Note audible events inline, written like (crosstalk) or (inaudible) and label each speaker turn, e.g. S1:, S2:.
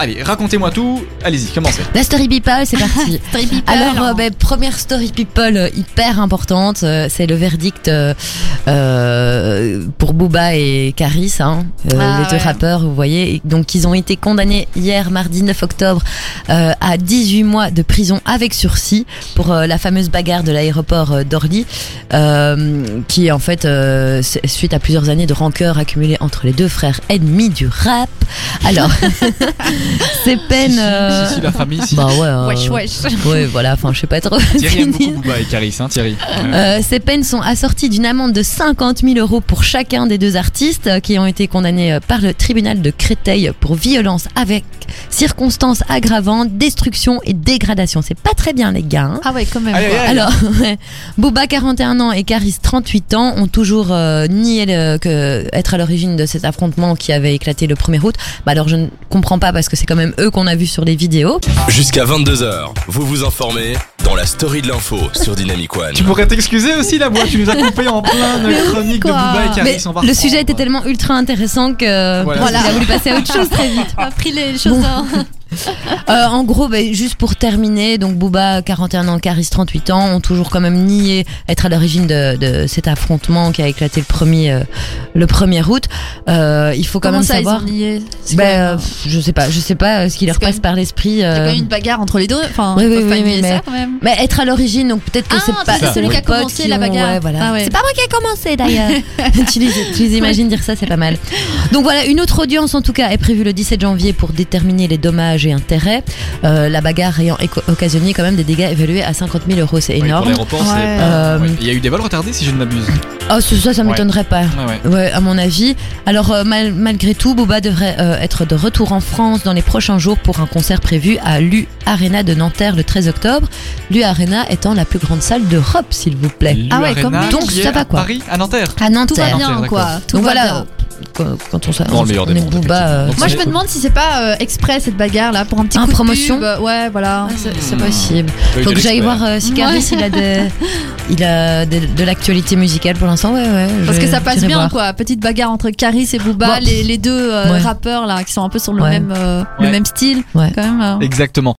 S1: Allez, racontez-moi tout. Allez-y, commencez.
S2: La story people, c'est
S3: (laughs)
S2: parti. Alors, euh, ben, première story people euh, hyper importante, euh, c'est le verdict euh, euh, pour Booba et Caris, hein, euh,
S3: Ah,
S2: les deux
S3: ouais.
S2: rappeurs, vous voyez. Et Donc, ils ont été condamnés hier, mardi 9 octobre, euh, à 18 mois de prison avec sursis pour euh, la fameuse bagarre de l'aéroport euh, d'Orly, euh, qui est en fait euh, c'est- suite à plusieurs années de rancœur accumulée entre les deux frères ennemis du rap. Alors, (laughs) ces
S1: Si,
S2: peines...
S1: si,
S2: euh,
S1: si, si, la famille, si.
S2: bah ouais. euh,
S3: Wesh, wesh.
S2: (laughs) Ouais, voilà, enfin, je sais pas trop.
S1: Thierry aime
S2: finir.
S1: beaucoup Booba et Caris, hein, Thierry. Ouais.
S2: Euh, ces peines sont assorties d'une amende de 50 000 euros pour chacun des deux artistes euh, qui ont été condamnés euh, par le tribunal de Créteil pour violence avec circonstances aggravantes, destruction et dégradation. C'est pas très bien, les gars. hein.
S3: Ah ouais, quand même.
S1: Allez,
S3: quoi.
S1: allez,
S2: Alors, (laughs) ouais. Booba, 41 ans, et Caris, 38 ans, ont toujours euh, nié le- que, être à l'origine de cet affrontement qui avait éclaté le 1er août. Bah alors, je ne comprends pas parce que c'est quand même eux qu'on a vu sur les vidéos.
S4: Jusqu'à 22h, vous vous informez dans la story de l'info sur Dynamic One.
S1: Tu pourrais t'excuser aussi, la voix. Tu nous as coupé en
S2: (laughs)
S1: plein de chronique de
S3: quoi.
S1: Booba et Caris.
S2: Mais le
S1: hein.
S2: sujet était tellement ultra intéressant que
S1: Voilà.
S2: voilà. il a voulu passer à autre chose très vite.
S3: On a pris les choses hein.
S2: Bon.
S3: en-
S2: Euh, en gros, ben, juste pour terminer, donc Booba, 41 ans, Caris, 38 ans, ont toujours quand même nié être à l'origine de, de cet affrontement qui a éclaté le 1er euh, le 1er août. Euh, il faut quand
S3: Comment
S2: même
S3: ça,
S2: savoir.
S3: ils ont nié C'est quand
S2: Ben,
S3: même-
S2: euh, pff, je sais pas, je sais pas euh, ce qui leur
S3: C'est quand
S2: passe
S3: même-
S2: par l'esprit.
S3: Il y a
S2: euh,
S3: quand même une bagarre entre les deux. Enfin,
S2: oui,
S3: ils
S2: oui,
S3: peuvent pas
S2: oui,
S3: nier
S2: mais-
S3: ça quand même.
S2: Mais être à l'origine, donc peut-être que
S3: Ah,
S2: c'est
S3: toi,
S2: pas
S3: c'est celui
S2: les
S3: qui a
S2: potes
S3: commencé
S2: qui
S3: la
S2: ont-
S3: bagarre.
S2: ouais, voilà.
S3: Ah ouais.
S2: C'est pas moi qui ai commencé d'ailleurs. tu, les, tu les imagines dire ça, c'est pas mal. Donc voilà, une autre audience en tout cas est prévue le 17 janvier pour déterminer les dommages et intérêts. Euh, la bagarre ayant éco- occasionné quand même des dégâts évalués à 50 000 euros, c'est
S1: énorme.
S2: énorme.
S1: l'aéroport, c'est-
S3: Ouais.
S2: Euh,
S1: Ouais. Il y a eu des vols retardés, si je ne m'abuse.
S2: Oh, ce- ça, ça m'étonnerait pas.
S1: Ouais, ouais.
S2: Ouais, à mon avis. Alors, euh, mal- malgré tout, Boba devrait euh, être de retour en France dans les prochains jours pour un concert prévu à l'U Arena de Nanterre le 13 octobre. L'U Arena étant la plus grande salle d'Europe, s'il vous plaît.
S1: Lou
S3: Ah ouais,
S1: Arena,
S3: comme-
S1: qui
S2: donc,
S1: est
S2: ça va,
S1: à
S2: quoi.
S1: Paris, à Nanterre.
S2: À
S3: (laughs) Tout
S2: Nanterre.
S3: va
S1: Nanterre,
S3: bien, quoi.
S1: d'accord.
S3: Tout
S2: Donc
S3: va
S2: voilà,
S3: bien.
S2: euh, quand- quand on s'est
S1: Dans le meilleur des mondes,
S2: Booba, euh,
S1: effectivement.
S3: Moi, je
S1: c'est-
S3: me demande si c'est pas euh, exprès cette bagarre là pour un petit
S2: Un
S3: coup
S2: promotion. Ah,
S3: de pub. Ouais, voilà. Hmm.
S2: c'est c'est possible.
S1: L'œil
S2: Faut
S1: de
S2: que j'aille
S1: l'expert.
S2: voir euh, si Caris,
S3: Ouais.
S2: il a de, il a de, de l'actualité musicale pour l'instant. Ouais, ouais.
S3: Parce
S2: je-
S3: que ça passe
S2: j'irai
S3: bien,
S2: voir.
S3: quoi. Petite bagarre entre Caris et Booba,
S2: Bon.
S3: les, les deux euh,
S2: Ouais.
S3: rappeurs là qui sont un peu sur le
S2: Ouais.
S3: même euh,
S1: Ouais.
S3: le même style,
S2: Ouais.
S3: quand même. euh.
S1: Exactement.